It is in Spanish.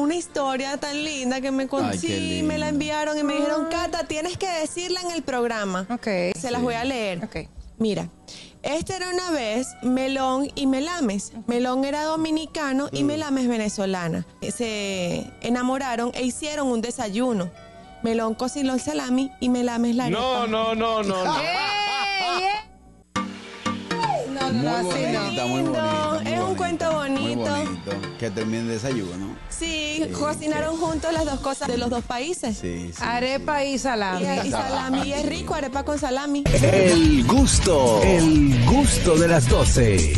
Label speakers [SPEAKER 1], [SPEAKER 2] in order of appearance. [SPEAKER 1] mi historia tan linda que me con-
[SPEAKER 2] Ay, qué
[SPEAKER 1] sí,
[SPEAKER 2] lindo.
[SPEAKER 1] me la enviaron y me dijeron, Cata, tienes que decirla en el programa.
[SPEAKER 3] Ok.
[SPEAKER 1] Se las voy a leer.
[SPEAKER 3] Ok.
[SPEAKER 1] Mira, esta era una vez Melón y Melames. Melón era dominicano y Melames venezolana. Se enamoraron e hicieron un desayuno. Melón cocinó el salami y Melames la
[SPEAKER 4] No,
[SPEAKER 1] arepa.
[SPEAKER 4] no, no, no. no.
[SPEAKER 3] ¡Ey, ey! No, no,
[SPEAKER 2] Muy
[SPEAKER 3] no, así no.
[SPEAKER 2] bonita, muy
[SPEAKER 1] Lindo,
[SPEAKER 2] bonita. muy
[SPEAKER 1] Ah, es un
[SPEAKER 2] bonita,
[SPEAKER 1] cuento
[SPEAKER 2] Muy
[SPEAKER 1] bonito.
[SPEAKER 2] bonito. Que termine el desayuno.
[SPEAKER 1] Sí,
[SPEAKER 2] Sí,
[SPEAKER 1] cocinaron juntos las dos cosas de los dos países.
[SPEAKER 2] Sí, sí.
[SPEAKER 3] Arepa y salami.
[SPEAKER 1] Y, y salami, y es rico arepa con salami.
[SPEAKER 5] El gusto, el gusto de las doce.